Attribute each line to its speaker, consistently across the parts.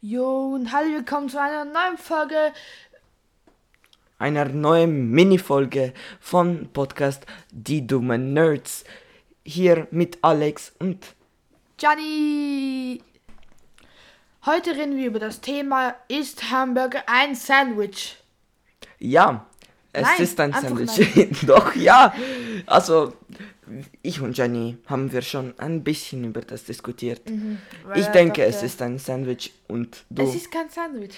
Speaker 1: Jo und hallo, willkommen zu einer neuen Folge.
Speaker 2: einer neuen Minifolge von Podcast Die Dummen Nerds. Hier mit Alex und
Speaker 1: Gianni! Heute reden wir über das Thema, ist Hamburger ein Sandwich?
Speaker 2: ja, es
Speaker 1: Nein,
Speaker 2: ist ein
Speaker 1: einfach
Speaker 2: Sandwich. Doch, ja. Also, ich und Jenny haben wir schon ein bisschen über das diskutiert.
Speaker 1: Weil
Speaker 2: Ich
Speaker 1: er
Speaker 2: denke, es
Speaker 1: dachte,
Speaker 2: ist ein Sandwich und du,
Speaker 1: Es ist kein Sandwich.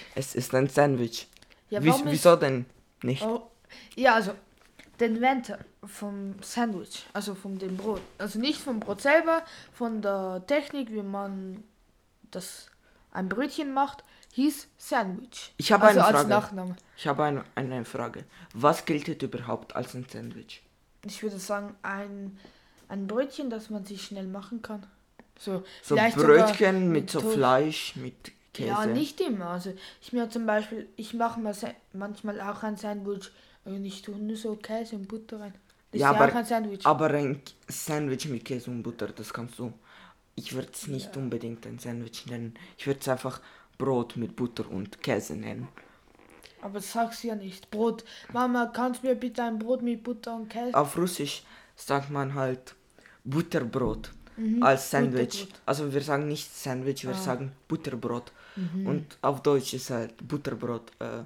Speaker 2: ein Sandwich.
Speaker 1: Ja,
Speaker 2: Wies-
Speaker 1: warum ist-
Speaker 2: wieso denn nicht?
Speaker 1: Oh. Ja, also, der Inventor vom Sandwich, also von dem Brot. Also nicht vom Brot selber, von der Technik, wie man das ein Brötchen macht, hieß Sandwich.
Speaker 2: Ich habe
Speaker 1: also
Speaker 2: eine
Speaker 1: als
Speaker 2: Frage.
Speaker 1: Nachname.
Speaker 2: Ich habe eine, eine Frage. Was gilt überhaupt als ein Sandwich?
Speaker 1: Ich würde sagen, ein, ein Brötchen, das man sich schnell machen kann. So,
Speaker 2: So
Speaker 1: vielleicht sogar
Speaker 2: Brötchen mit so
Speaker 1: Toast.
Speaker 2: Fleisch, mit Käse.
Speaker 1: Ja, nicht immer. Also ich mir zum Beispiel, ich mache mir sa- manchmal auch ein Sandwich und ich tue nur so Käse und Butter rein. Das
Speaker 2: Ja,
Speaker 1: ist
Speaker 2: aber,
Speaker 1: auch ein Sandwich.
Speaker 2: aber ein K- Sandwich mit Käse und Butter, das kannst du. Ich würde es nicht unbedingt ein Sandwich nennen. Ich würde es einfach Brot mit Butter und Käse nennen.
Speaker 1: Aber das sagst du ja nicht. Brot. Mama, kannst du mir bitte ein Brot mit Butter und Käse?
Speaker 2: Auf Russisch sagt man halt Butterbrot als
Speaker 1: Mhm.
Speaker 2: Sandwich.
Speaker 1: Butterbrot. Ah.
Speaker 2: Also wir sagen nicht Sandwich, wir sagen Butterbrot.
Speaker 1: Mhm.
Speaker 2: Und auf Deutsch ist halt Butterbrot. Äh,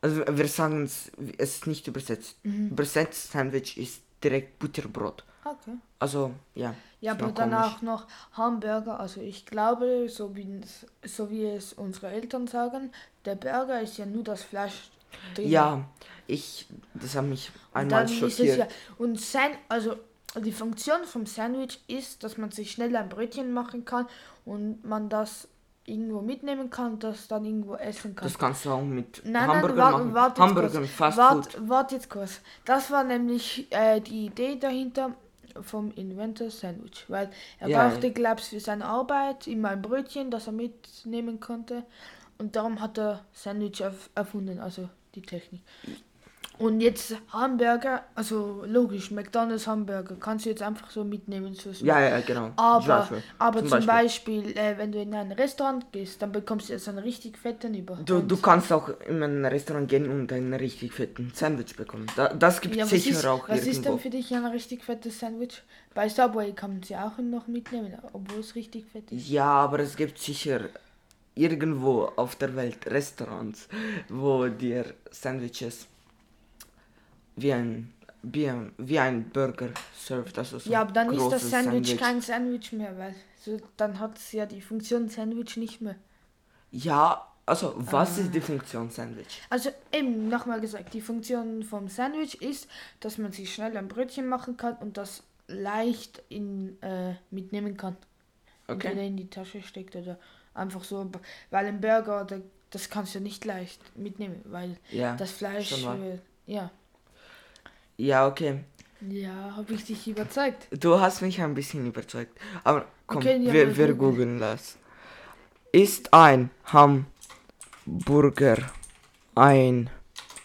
Speaker 2: also wir sagen es, es ist nicht übersetzt.
Speaker 1: Mhm.
Speaker 2: Übersetzt Sandwich ist direkt Butterbrot.
Speaker 1: Okay.
Speaker 2: Also ja.
Speaker 1: Ja,
Speaker 2: ist
Speaker 1: aber
Speaker 2: noch
Speaker 1: dann
Speaker 2: komisch.
Speaker 1: auch noch Hamburger. Also ich glaube, so wie, es- so wie es unsere Eltern sagen, der Burger ist ja nur das Fleisch drin.
Speaker 2: Ja, ich, das hat mich
Speaker 1: Und
Speaker 2: einmal
Speaker 1: dann ist es
Speaker 2: schockiert.
Speaker 1: ja. Und sein, also die Funktion vom Sandwich ist, dass man sich schnell ein Brötchen machen kann und man das irgendwo mitnehmen kann und das dann irgendwo essen kann.
Speaker 2: Das kannst du auch mit
Speaker 1: Nein,
Speaker 2: Hamburger
Speaker 1: nein,
Speaker 2: machen.
Speaker 1: warte, warte
Speaker 2: Hamburger,
Speaker 1: kurz.
Speaker 2: Fast
Speaker 1: wart,
Speaker 2: Food.
Speaker 1: wart jetzt kurz. Das war nämlich äh, die Idee dahinter vom Inventor Sandwich, weil er
Speaker 2: Ja.
Speaker 1: brauchte, glaube ich, für seine Arbeit immer ein Brötchen, das er mitnehmen konnte und darum hat er Sandwich erf erfunden, also die Technik. Und jetzt Hamburger, also logisch, McDonald's Hamburger kannst du jetzt einfach so mitnehmen. So
Speaker 2: Ja, ja, genau. Ich weiß
Speaker 1: Aber,
Speaker 2: schon.
Speaker 1: aber zum Beispiel, äh, wenn du in ein Restaurant gehst, dann bekommst du jetzt einen richtig fetten über.
Speaker 2: Du,
Speaker 1: Und-
Speaker 2: du kannst auch in ein Restaurant gehen und einen richtig fetten Sandwich bekommen. Da, das gibt
Speaker 1: Ja,
Speaker 2: es
Speaker 1: was
Speaker 2: sicher
Speaker 1: ist,
Speaker 2: auch
Speaker 1: was ist
Speaker 2: irgendwo.
Speaker 1: denn für dich ein richtig fettes Sandwich? Bei Subway kann man sie auch noch mitnehmen, obwohl es richtig fett ist.
Speaker 2: ja, aber es gibt sicher irgendwo auf der Welt Restaurants, wo dir Sandwiches wie ein, wie ein, wie ein Burger served. Also so
Speaker 1: Ja,
Speaker 2: ein
Speaker 1: aber dann ist das
Speaker 2: großes
Speaker 1: Sandwich, kein Sandwich mehr, weil so, dann hat es ja die Funktion Sandwich nicht mehr.
Speaker 2: Ja, also was ist die
Speaker 1: Ah.
Speaker 2: Funktion Sandwich?
Speaker 1: Also eben nochmal gesagt, die Funktion vom Sandwich ist, dass man sich schnell ein Brötchen machen kann und das leicht in, äh, mitnehmen kann.
Speaker 2: Okay.
Speaker 1: Entweder in die Tasche steckt oder einfach so, weil ein Burger, da- das kannst du nicht leicht mitnehmen, weil
Speaker 2: Ja,
Speaker 1: das Fleisch,
Speaker 2: schon wahr.
Speaker 1: wird- ja.
Speaker 2: Ja, okay.
Speaker 1: Ja, habe ich dich überzeugt.
Speaker 2: Du hast mich ein bisschen überzeugt. Aber komm,
Speaker 1: Okay, ja,
Speaker 2: wir,
Speaker 1: wir
Speaker 2: wir googeln das. Ist ein Hamburger ein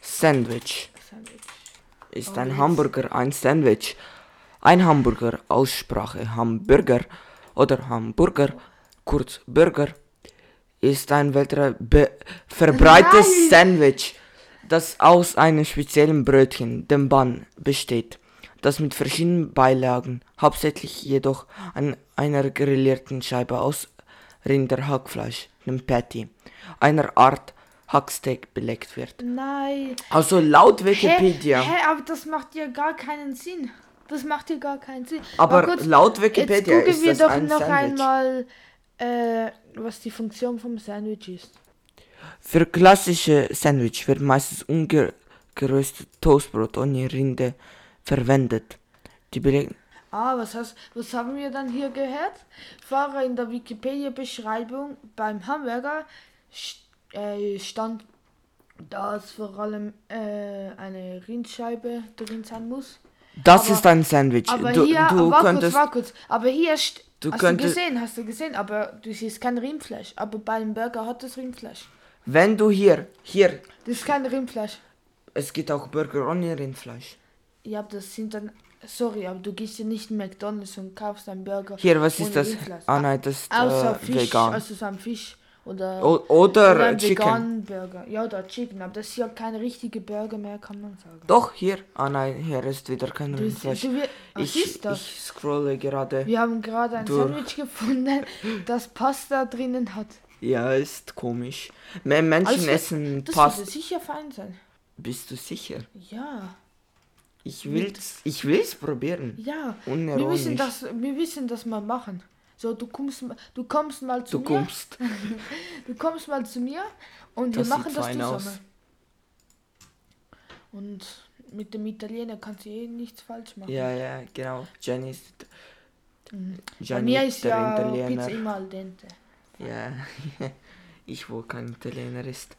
Speaker 2: Sandwich?
Speaker 1: Sandwich.
Speaker 2: Ist ein Hamburger ein Sandwich? Ein Hamburger, Aussprache Hamburger oder Hamburger, kurz Burger, ist ein weltweit be- verbreitetes Sandwich, das aus einem speziellen Brötchen, dem Bun, besteht, das mit verschiedenen Beilagen, hauptsächlich jedoch an einer grillierten Scheibe aus Rinderhackfleisch, dem Patty, einer Art Hacksteak belegt wird.
Speaker 1: Nein.
Speaker 2: Also laut
Speaker 1: Hä,
Speaker 2: Wikipedia.
Speaker 1: hä, aber das macht ja gar keinen Sinn. Das macht ja gar keinen Sinn.
Speaker 2: Aber
Speaker 1: Mal kurz,
Speaker 2: laut Wikipedia
Speaker 1: jetzt
Speaker 2: ist
Speaker 1: gucken wir
Speaker 2: das
Speaker 1: doch
Speaker 2: ein
Speaker 1: noch
Speaker 2: Sandwich.
Speaker 1: einmal, äh, was die Funktion vom Sandwich ist.
Speaker 2: Für klassische Sandwich wird meistens ungeröstetes Toastbrot ohne Rinde verwendet. Die Beleg
Speaker 1: Ah, was, hast, was haben wir dann hier gehört? Fahrer in der Wikipedia-Beschreibung beim Hamburger st äh, stand, dass vor allem äh, eine Rindscheibe drin sein muss.
Speaker 2: das
Speaker 1: Aber-
Speaker 2: ist ein Sandwich.
Speaker 1: Aber
Speaker 2: Du,
Speaker 1: hier,
Speaker 2: du
Speaker 1: war kurz,
Speaker 2: könntest.
Speaker 1: war kurz. Aber hier st-
Speaker 2: Du
Speaker 1: hast
Speaker 2: könntest-
Speaker 1: du gesehen, hast du gesehen, aber du siehst kein Rindfleisch. Aber beim Burger hat es Rindfleisch.
Speaker 2: wenn du hier, hier,
Speaker 1: Das ist kein Rindfleisch.
Speaker 2: es gibt auch Burger ohne Rindfleisch.
Speaker 1: Ja, aber das sind dann Sorry, aber du gehst ja nicht in McDonalds und kaufst einen Burger.
Speaker 2: Hier, was ist
Speaker 1: ohne
Speaker 2: das?
Speaker 1: Rindfleisch.
Speaker 2: Ah nein, das ist
Speaker 1: Außer
Speaker 2: äh,
Speaker 1: Fisch,
Speaker 2: vegan.
Speaker 1: also so ein Fisch oder,
Speaker 2: O oder,
Speaker 1: oder ein
Speaker 2: Chicken.
Speaker 1: veganen Burger. Ja, oder Chicken, aber das ist ja kein richtiger Burger mehr, kann man sagen.
Speaker 2: Doch, hier. Ah nein, hier ist wieder kein
Speaker 1: Du bist-
Speaker 2: Rindfleisch.
Speaker 1: du wir- was
Speaker 2: Ich,
Speaker 1: ist das?
Speaker 2: ich scrolle gerade.
Speaker 1: Wir haben gerade ein
Speaker 2: Durch.
Speaker 1: Sandwich gefunden, das Pasta drinnen hat.
Speaker 2: Ja, ist komisch. Mehr Menschen
Speaker 1: Also,
Speaker 2: essen
Speaker 1: Das
Speaker 2: Pasta.
Speaker 1: würde sicher fein sein.
Speaker 2: Bist du sicher?
Speaker 1: Ja,
Speaker 2: Ich will's, ich will's probieren.
Speaker 1: ja. Wir
Speaker 2: Unironisch.
Speaker 1: müssen das, wir müssen das mal machen. So, du kommst, ma- du kommst mal zu
Speaker 2: Du
Speaker 1: mir.
Speaker 2: kommst.
Speaker 1: Du kommst mal zu mir und
Speaker 2: Das
Speaker 1: wir
Speaker 2: sieht
Speaker 1: machen das
Speaker 2: fein
Speaker 1: zusammen.
Speaker 2: aus.
Speaker 1: Und mit dem Italiener kannst du eh nichts falsch machen.
Speaker 2: Ja, ja, genau. Jenny ist.
Speaker 1: Mhm. Bei
Speaker 2: Gianni
Speaker 1: mir ist
Speaker 2: der
Speaker 1: ja
Speaker 2: Italiener.
Speaker 1: Pizza immer al dente.
Speaker 2: Ja, ich wo kein Italiener ist.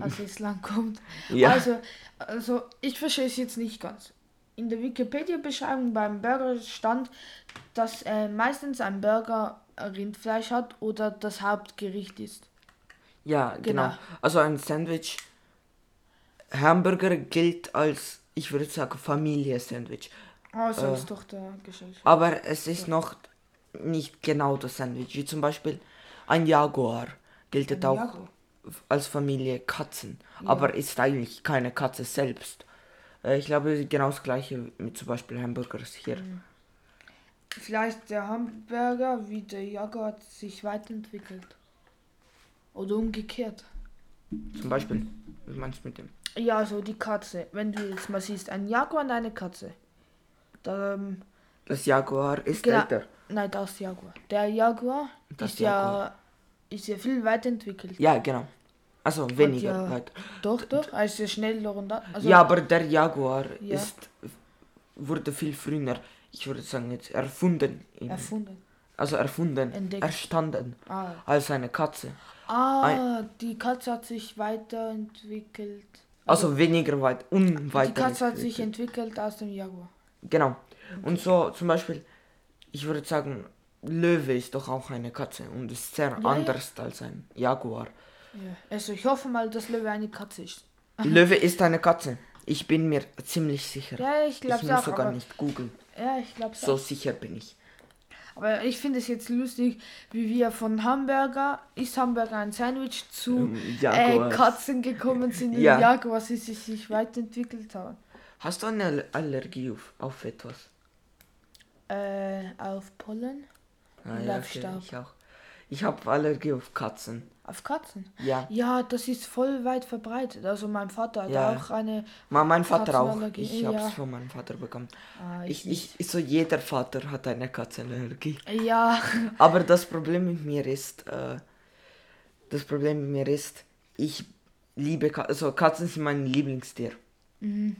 Speaker 1: Aus Island kommt.
Speaker 2: Ja.
Speaker 1: Also, also, ich verstehe es jetzt nicht ganz. In der Wikipedia-Beschreibung beim Burger stand, dass äh, meistens ein Burger Rindfleisch hat oder das Hauptgericht ist.
Speaker 2: Ja, genau.
Speaker 1: Genau.
Speaker 2: Also ein Sandwich. Hamburger gilt als, ich würde sagen, Familie-Sandwich.
Speaker 1: Also ist doch der Geschichte.
Speaker 2: Aber es ist noch nicht genau das Sandwich. Wie zum Beispiel ein Jaguar gilt
Speaker 1: Ein
Speaker 2: auch
Speaker 1: Jaguar?
Speaker 2: als Familie Katzen. Aber ist eigentlich keine Katze selbst. Äh, Ich glaube, genau das gleiche mit zum Beispiel Hamburgers hier.
Speaker 1: Mhm. Vielleicht der Hamburger wie der Jaguar hat sich weiterentwickelt. Oder umgekehrt.
Speaker 2: Zum Beispiel, was meinst du mit dem?
Speaker 1: Ja, so die Katze. Wenn du jetzt mal siehst, ein Jaguar und eine Katze. Da, ähm,
Speaker 2: Das Jaguar ist
Speaker 1: genau-
Speaker 2: älter.
Speaker 1: Nein, das Jaguar. Der Jaguar
Speaker 2: Das
Speaker 1: ist ja ist ja viel weiterentwickelt.
Speaker 2: Ja, genau. Also weniger
Speaker 1: ja-
Speaker 2: weiter.
Speaker 1: Doch, doch. Er ist ja schneller und da- äh, also
Speaker 2: ja, aber der Jaguar
Speaker 1: Ja.
Speaker 2: ist, wurde viel früher, ich würde sagen jetzt, erfunden. In,
Speaker 1: erfunden.
Speaker 2: also erfunden,
Speaker 1: Entdeckt.
Speaker 2: erstanden
Speaker 1: Ah.
Speaker 2: als eine Katze.
Speaker 1: Ah, die Katze hat sich weiterentwickelt.
Speaker 2: Also weniger weit,
Speaker 1: Die
Speaker 2: unweiter.
Speaker 1: Katze hat sich entwickelt aus dem Jaguar.
Speaker 2: Genau. Und so zum Beispiel, ich würde sagen, Löwe ist doch auch eine Katze und ist sehr
Speaker 1: ja.
Speaker 2: anders als ein Jaguar.
Speaker 1: Ja. Also ich hoffe mal, dass Löwe eine Katze ist.
Speaker 2: Löwe ist eine Katze. Ich bin mir ziemlich sicher.
Speaker 1: Ja, ich
Speaker 2: ich
Speaker 1: glaube
Speaker 2: muss
Speaker 1: auch.
Speaker 2: sogar
Speaker 1: aber,
Speaker 2: nicht googeln.
Speaker 1: Ja, ich glaube
Speaker 2: So
Speaker 1: auch.
Speaker 2: sicher bin ich.
Speaker 1: Aber ich finde es jetzt lustig, wie wir von Hamburger, ist Hamburger ein Sandwich zu
Speaker 2: Ähm,
Speaker 1: äh,
Speaker 2: Jaguars.
Speaker 1: Katzen gekommen sind und
Speaker 2: Ja.
Speaker 1: Jaguars, die sich, sich weiterentwickelt haben.
Speaker 2: Hast du eine Aller- Allergie auf, auf etwas?
Speaker 1: Äh, auf Pollen?
Speaker 2: Ah,
Speaker 1: Und
Speaker 2: ja,
Speaker 1: auf
Speaker 2: okay,
Speaker 1: Staub.
Speaker 2: ich auch. Ich habe Allergie auf Katzen.
Speaker 1: Auf Katzen?
Speaker 2: Ja.
Speaker 1: Ja, das ist voll weit verbreitet. Also mein Vater hat
Speaker 2: Ja.
Speaker 1: auch eine.
Speaker 2: Ma, mein Vater auch.
Speaker 1: Katzenallergie,
Speaker 2: Ich
Speaker 1: ja.
Speaker 2: habe es von meinem Vater bekommen.
Speaker 1: Ah,
Speaker 2: Ich,
Speaker 1: ich,
Speaker 2: ich, so jeder Vater hat eine Katzenallergie.
Speaker 1: ja,
Speaker 2: Aber das Problem mit mir ist, äh, das Problem mit mir ist, ich liebe Katzen, also Katzen sind mein Lieblingstier.
Speaker 1: Mhm.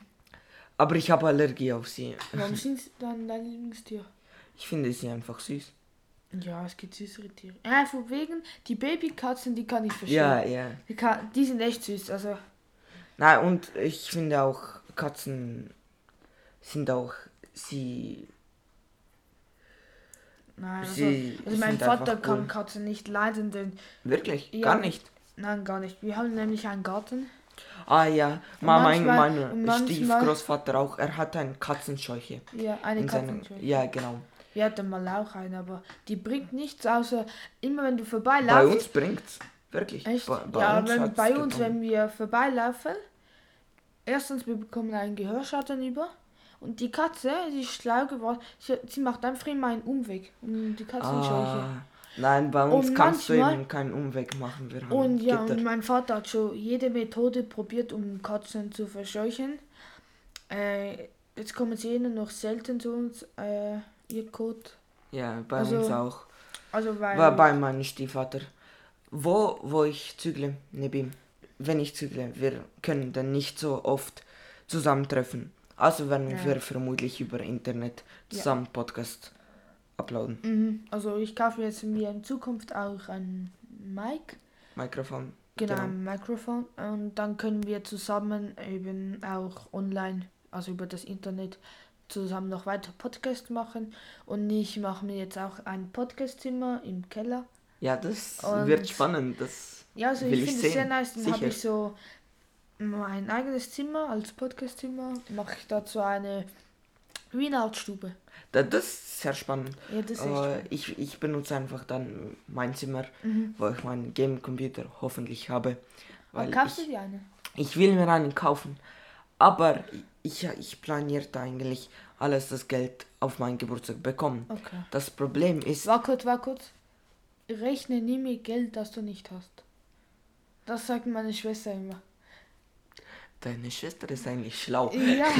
Speaker 2: Aber ich habe Allergie auf sie.
Speaker 1: warum sind sie dann dein Lieblingstier?
Speaker 2: Ich finde sie einfach süß.
Speaker 1: Ja, es gibt süßere Tiere. Äh, von wegen, die Babykatzen, die kann ich verstehen.
Speaker 2: Ja, ja.
Speaker 1: Die, kann, die sind echt süß. Also,
Speaker 2: Nein, und ich finde auch, Katzen sind auch, sie,
Speaker 1: nein, also,
Speaker 2: Sie
Speaker 1: also mein
Speaker 2: sind
Speaker 1: Vater
Speaker 2: einfach
Speaker 1: kann
Speaker 2: cool.
Speaker 1: Katzen nicht leiden, denn
Speaker 2: wirklich,
Speaker 1: Ja.
Speaker 2: gar nicht.
Speaker 1: Nein, gar nicht. Wir haben nämlich einen Garten.
Speaker 2: Ah ja, Ma, mein,
Speaker 1: manchmal- und
Speaker 2: mein
Speaker 1: manchmal-
Speaker 2: Stiefgroßvater auch, er hat eine Katzenscheuche.
Speaker 1: Ja, eine
Speaker 2: In
Speaker 1: Katze.
Speaker 2: seinem, ja, genau.
Speaker 1: Wir hatten mal auch eine, aber die bringt nichts, außer immer wenn du vorbeilaufst.
Speaker 2: Bei uns bringt's, wirklich.
Speaker 1: Echt?
Speaker 2: Bei, bei
Speaker 1: ja,
Speaker 2: uns
Speaker 1: wenn,
Speaker 2: hat's
Speaker 1: bei uns,
Speaker 2: gebracht.
Speaker 1: wenn wir vorbeilaufen, erstens, wir bekommen einen Gehörschatten über. Und die Katze, sie ist schlau geworden, sie, sie macht einfach immer einen Umweg um die Katzenscheuche.
Speaker 2: Ah, nein, bei uns
Speaker 1: Und
Speaker 2: kannst du
Speaker 1: manchmal-
Speaker 2: eben keinen Umweg machen. Wir haben
Speaker 1: und ja,
Speaker 2: Gitter.
Speaker 1: und mein Vater hat schon jede Methode probiert, um Katzen zu verscheuchen. Äh, jetzt kommen sie ihnen noch selten zu uns, äh, ihr Kot.
Speaker 2: ja, bei
Speaker 1: also,
Speaker 2: uns auch.
Speaker 1: Also weil.
Speaker 2: Bei, bei meinem Stiefvater. Wo, wo ich zügle, Nebim, wenn ich zügle, wir können dann nicht so oft zusammentreffen. Also werden
Speaker 1: Ja.
Speaker 2: wir vermutlich über Internet zusammen Podcast uploaden.
Speaker 1: Mhm. Also ich kaufe jetzt mir in Zukunft auch ein Mic,
Speaker 2: Mikrofon.
Speaker 1: genau, ein Mikrofon und dann können wir zusammen eben auch online, also über das Internet zusammen noch weiter Podcast machen und ich mache mir jetzt auch ein Podcastzimmer im Keller.
Speaker 2: Ja, das
Speaker 1: Und-
Speaker 2: wird spannend. Das
Speaker 1: Ja, also
Speaker 2: Will
Speaker 1: ich
Speaker 2: ich
Speaker 1: finde es sehr
Speaker 2: sehen,
Speaker 1: nice, dann habe
Speaker 2: sicher.
Speaker 1: ich so mein eigenes Zimmer als Podcastzimmer, mache ich dazu eine Wienerstube.
Speaker 2: Da, das ist sehr spannend.
Speaker 1: Ja, das ist echt
Speaker 2: äh, ich, ich benutze einfach dann mein Zimmer,
Speaker 1: Mhm.
Speaker 2: wo ich meinen Gamecomputer hoffentlich habe.
Speaker 1: Aber
Speaker 2: Weil
Speaker 1: kaufst
Speaker 2: ich,
Speaker 1: du dir eine?
Speaker 2: ich will mir einen kaufen, aber ich, ich planierte eigentlich alles das Geld auf meinen Geburtstag bekommen.
Speaker 1: Okay.
Speaker 2: Das Problem ist,
Speaker 1: War kurz, war kurz. Rechne nie mit Geld, das du nicht hast. Das sagt meine Schwester immer.
Speaker 2: deine Schwester ist eigentlich schlau.
Speaker 1: Ja,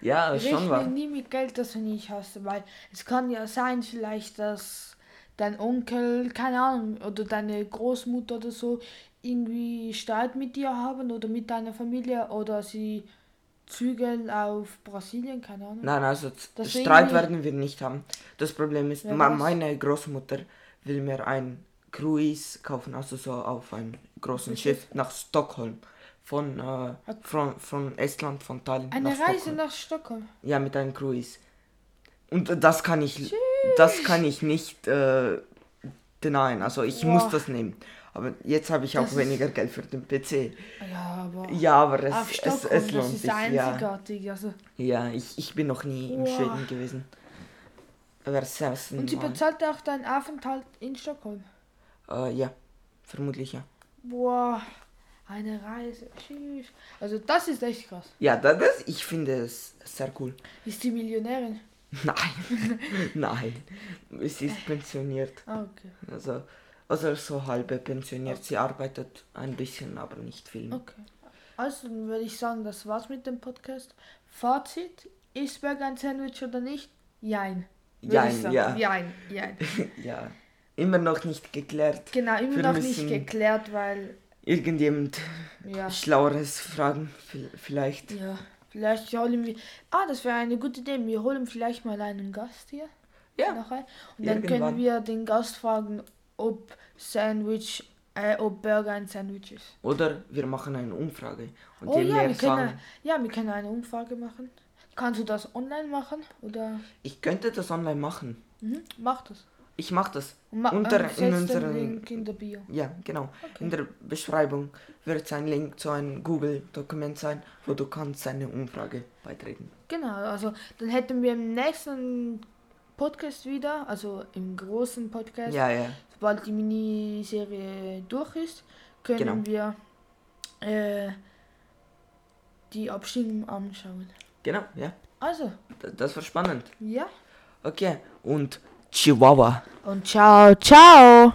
Speaker 2: Ja, schon
Speaker 1: rechne
Speaker 2: wahr.
Speaker 1: nie mit Geld, das du nicht hast, weil es kann ja sein, vielleicht, dass dein Onkel, keine Ahnung, oder deine Großmutter oder so irgendwie Streit mit dir haben oder mit deiner Familie oder sie zügeln auf Brasilien, keine Ahnung.
Speaker 2: Nein, also z-
Speaker 1: Deswegen
Speaker 2: Streit
Speaker 1: nicht.
Speaker 2: werden wir nicht haben. Das Problem ist,
Speaker 1: Wer
Speaker 2: ma-
Speaker 1: weiß.
Speaker 2: meine Großmutter will mir ein Cruise kaufen, also so auf einem großen Schiff nach Stockholm. Von, äh, von, von Estland, von Tallinn.
Speaker 1: Eine
Speaker 2: nach
Speaker 1: Reise
Speaker 2: Stockholm.
Speaker 1: nach Stockholm.
Speaker 2: Ja, mit einem Cruise. Und äh, das kann ich, das kann ich nicht äh, denyen. Also ich muss
Speaker 1: Boah.
Speaker 2: das nehmen. Aber jetzt habe ich auch
Speaker 1: Das ist-
Speaker 2: weniger Geld für den PC.
Speaker 1: Ja, aber
Speaker 2: Ja, aber
Speaker 1: auf
Speaker 2: es, es,
Speaker 1: Stockholm,
Speaker 2: es lohnt
Speaker 1: das ist
Speaker 2: sich. Ja.
Speaker 1: einzigartig. Also,
Speaker 2: Ja, ich, ich bin noch nie in
Speaker 1: Boah.
Speaker 2: Schweden gewesen. Aber selbst
Speaker 1: und sie
Speaker 2: mal.
Speaker 1: bezahlt auch deinen Aufenthalt in Stockholm.
Speaker 2: Äh, ja, vermutlich ja.
Speaker 1: Boah, eine Reise. Tschüss. Also das ist echt krass.
Speaker 2: Ja, da- das, ich finde es sehr cool.
Speaker 1: Ist die Millionärin.
Speaker 2: Nein, nein. Sie ist pensioniert.
Speaker 1: Ah, okay.
Speaker 2: Also, also so halbe pensioniert. Sie arbeitet ein bisschen, aber nicht viel.
Speaker 1: Okay. Also dann würde ich sagen, das war's mit dem Podcast. Fazit, ist Burger ein Sandwich oder nicht? Jein. würde
Speaker 2: Jein,
Speaker 1: ich sagen.
Speaker 2: ja.
Speaker 1: Jein, jein.
Speaker 2: Ja, immer noch nicht geklärt.
Speaker 1: Genau, immer
Speaker 2: Wir
Speaker 1: noch
Speaker 2: müssen
Speaker 1: nicht geklärt, weil,
Speaker 2: Irgendjemand
Speaker 1: ja,
Speaker 2: Schlaueres fragen, vi- vielleicht.
Speaker 1: ja. Vielleicht holen wir, ah, das wäre eine gute Idee, wir holen vielleicht mal einen Gast hier.
Speaker 2: Ja,
Speaker 1: noch ein. Und dann
Speaker 2: Irgendwann.
Speaker 1: können wir den Gast fragen, ob Sandwich, äh, ob Burger ein Sandwich ist.
Speaker 2: oder wir machen eine Umfrage. Und
Speaker 1: Oh
Speaker 2: je
Speaker 1: ja,
Speaker 2: mehr
Speaker 1: wir
Speaker 2: sagen,
Speaker 1: können, ja, wir können eine Umfrage machen. Kannst du das online machen? Oder
Speaker 2: ich könnte das online machen.
Speaker 1: mhm. mach das.
Speaker 2: Ich mache das.
Speaker 1: Und ma
Speaker 2: Unter,
Speaker 1: und
Speaker 2: in
Speaker 1: setz den
Speaker 2: unseren,
Speaker 1: Link in der Bio.
Speaker 2: ja, genau. In der Beschreibung wird ein Link zu einem Google-Dokument sein, wo du kannst eine Umfrage beitreten.
Speaker 1: Genau, also dann hätten wir im nächsten Podcast wieder, also im großen Podcast,
Speaker 2: Ja, ja.
Speaker 1: sobald die Miniserie durch ist, können
Speaker 2: Genau.
Speaker 1: wir äh, die Abstimmung anschauen.
Speaker 2: Genau, ja.
Speaker 1: Also,
Speaker 2: D- Das war spannend.
Speaker 1: ja.
Speaker 2: Okay, und Chihuahua.
Speaker 1: Und ciao, ciao.